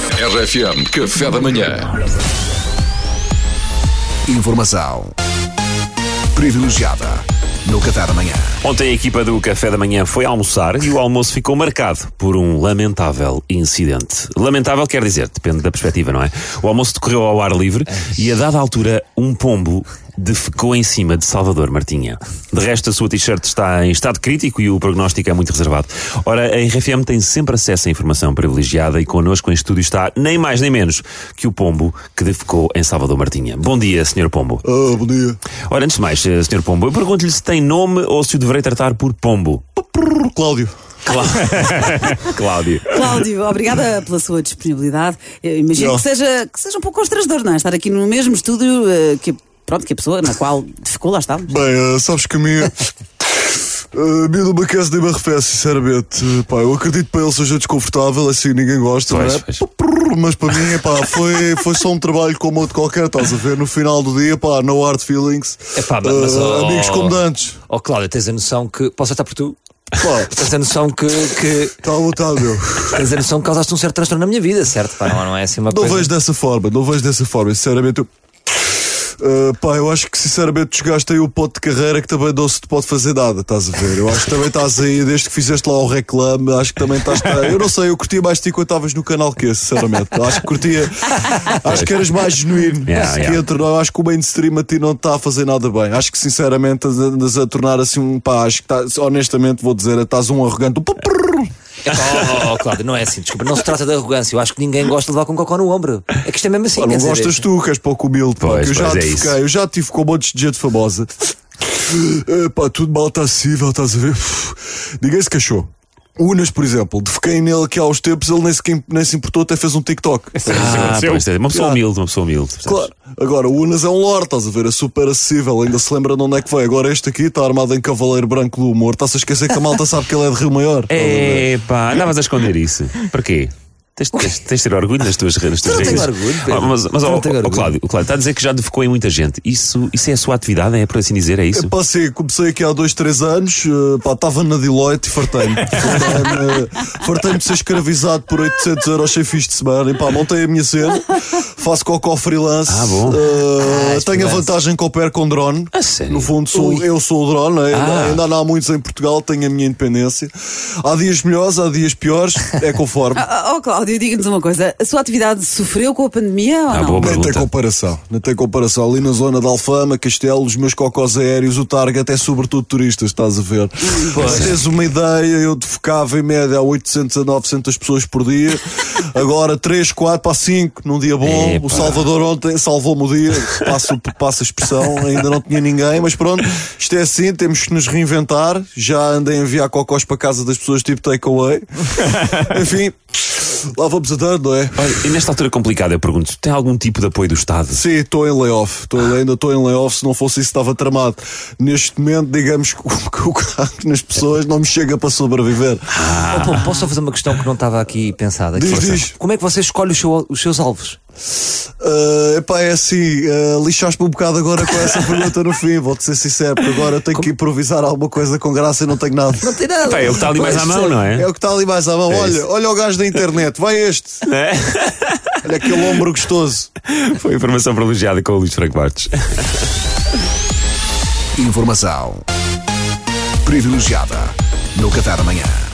RFM Café da Manhã. Informação privilegiada no Qatar amanhã. Ontem a equipa do Café da Manhã foi almoçar e o almoço ficou marcado por um lamentável incidente. Lamentável quer dizer, depende da perspectiva, não é? O almoço decorreu ao ar livre e a dada altura um pombo defecou em cima de Salvador Martinha. De resto, a sua t-shirt está em estado crítico e o prognóstico é muito reservado. Ora, a RFM tem sempre acesso à informação privilegiada e connosco em estúdio está nem mais nem menos que o pombo que defecou em Salvador Martinha. Bom dia, Sr. Pombo. Ah, bom dia. Ora, antes de mais, eh, Sr. Pombo, eu pergunto-lhe se tem nome ou se o deverei tratar por Pombo. Prrr, Cláudio. Cláudio. Cláudio, obrigada pela sua disponibilidade. Eu imagino Não. que seja, que seja um pouco constrangedor, não é? Estar aqui no mesmo estúdio eh, que, pronto, que a pessoa na qual ficou, lá está. Bem, ah, sabes que a minha. Ah, A minha não me aquece nem me arrefece, sinceramente. Pá, eu acredito que para ele seja desconfortável, assim ninguém gosta, Pois, não é? pois. Prrr, Mas para mim, pá, foi, foi só um trabalho como outro qualquer, estás a ver? No final do dia, pá, no hard feelings. Epá, mas- mas, Ah, oh. amigos como de antes. Oh, Cláudio, tens a noção que. Posso estar por tu? Pá, Tens a noção que. que está à vontade, meu. tens a noção que causaste um certo transtorno na minha vida, certo? Pá, não, não é assim uma Não coisa. vejo dessa forma, não vejo dessa forma, sinceramente. Eu... Ah, pá, eu acho que sinceramente chegaste aí o ponto de carreira que também não se te pode fazer nada, estás a ver? Eu acho que também estás aí, desde que fizeste lá o reclame, acho que também estás. Eu não sei, eu curtia mais de ti quando estavas no canal que esse, sinceramente. Acho que curtia. Acho que eras mais genuíno. Yeah, que yeah. entre nós, acho que o mainstream a ti não te está a fazer nada bem. Acho que sinceramente andas a tornar assim um pá, acho que estás, honestamente vou dizer, estás um arrogante. Um... Epá, oh, oh, oh, Cláudio, não é assim, desculpa, não se trata de arrogância. Eu acho que ninguém gosta de levar com cocó no ombro. É que isto é mesmo assim. Pá, quer não dizer, gostas tu, que és pouco humilde, pá, Pois, que eu já pois, te é isso. fiquei, eu já tive com um monte de gente famosa. Eh, pá, tudo mal está acessível, estás a ver? Ninguém se queixou. Unas, por exemplo, defequei nele que há uns tempos ele nem se, nem se importou, até fez um TikTok. Ah, pois é, uma pessoa Ah. humilde, uma pessoa humilde. percebes? Claro. Agora, o Unas é um lore, estás a ver? É super acessível, ainda se lembra de onde é que foi. Agora este aqui está armado em cavaleiro branco do humor, está-se a esquecer que a malta sabe que ele é de Rio Maior. estás a ver? Epá, andavas a esconder isso. Para quê? Tens, tens, tens de ter orgulho nas tuas, nas tuas não tenho regras. orgulho, Pedro. Ah, mas mas Eu ó, não tenho ó, orgulho. Cláudio, o Cláudio está a dizer que já defecou em muita gente. Isso, isso é a sua atividade, é por assim dizer, é isso? Pá, sim, comecei aqui há dois, três anos, eh, pá, estava na Deloitte e fartei-me. Fartei-me, eh, Fartei-me de ser escravizado por 800 euros sem fins de semana. E pá, montei a minha cena, faço cocó freelance. Ah, bom. eh, Ah, tenho a freelance. vantagem que opero com drone. A sério? Ah. No fundo, sou, eu sou o drone, né? ainda, ainda não há muitos em Portugal, tenho a minha independência. Há dias melhores, há dias piores, é conforme. Oh, oh, Cláudio, diga-nos uma coisa. A sua atividade sofreu com a pandemia ou Ah, não? boa Nem tem pergunta. comparação, nem tem comparação. Ali na zona de Alfama, Castelo, os meus cocós aéreos, o Target é sobretudo turistas, estás a ver? Se tens uma ideia, eu defocava em média a 800 a 900 pessoas por dia, agora 3, 4 para 5 num dia bom. Epa. O Salvador ontem salvou-me o dia, passo, passo a expressão, ainda não tinha ninguém, mas pronto, isto é assim, temos que nos reinventar. Já andei a enviar cocós para casa das pessoas tipo takeaway. Enfim, lá vamos andando, não é? Olha, e nesta altura complicada, eu pergunto: tem algum tipo de apoio do Estado? Sim, estou em layoff. Tô, Ainda estou em layoff. Se não fosse isso, estava tramado. Neste momento, digamos que o que o cargo nas pessoas não me chega para sobreviver. Oh, pô, posso só fazer uma questão que não estava aqui pensada? Diz, Força. diz. Como é que você escolhe os, seu- os seus alvos? Ah, epá, é assim, ah, lixaste-me um bocado agora com essa pergunta no fim. Vou-te ser sincero, porque agora eu tenho que improvisar alguma coisa com graça e não tenho nada. Não tem nada. Pá, é o que está ali mais à Pois, mão, não é? É o que está ali mais à mão. olha, olha o gajo da internet, vai este. Olha aquele ombro gostoso. Foi a informação privilegiada com o Luís Franco Bastos. Informação privilegiada no Qatar amanhã.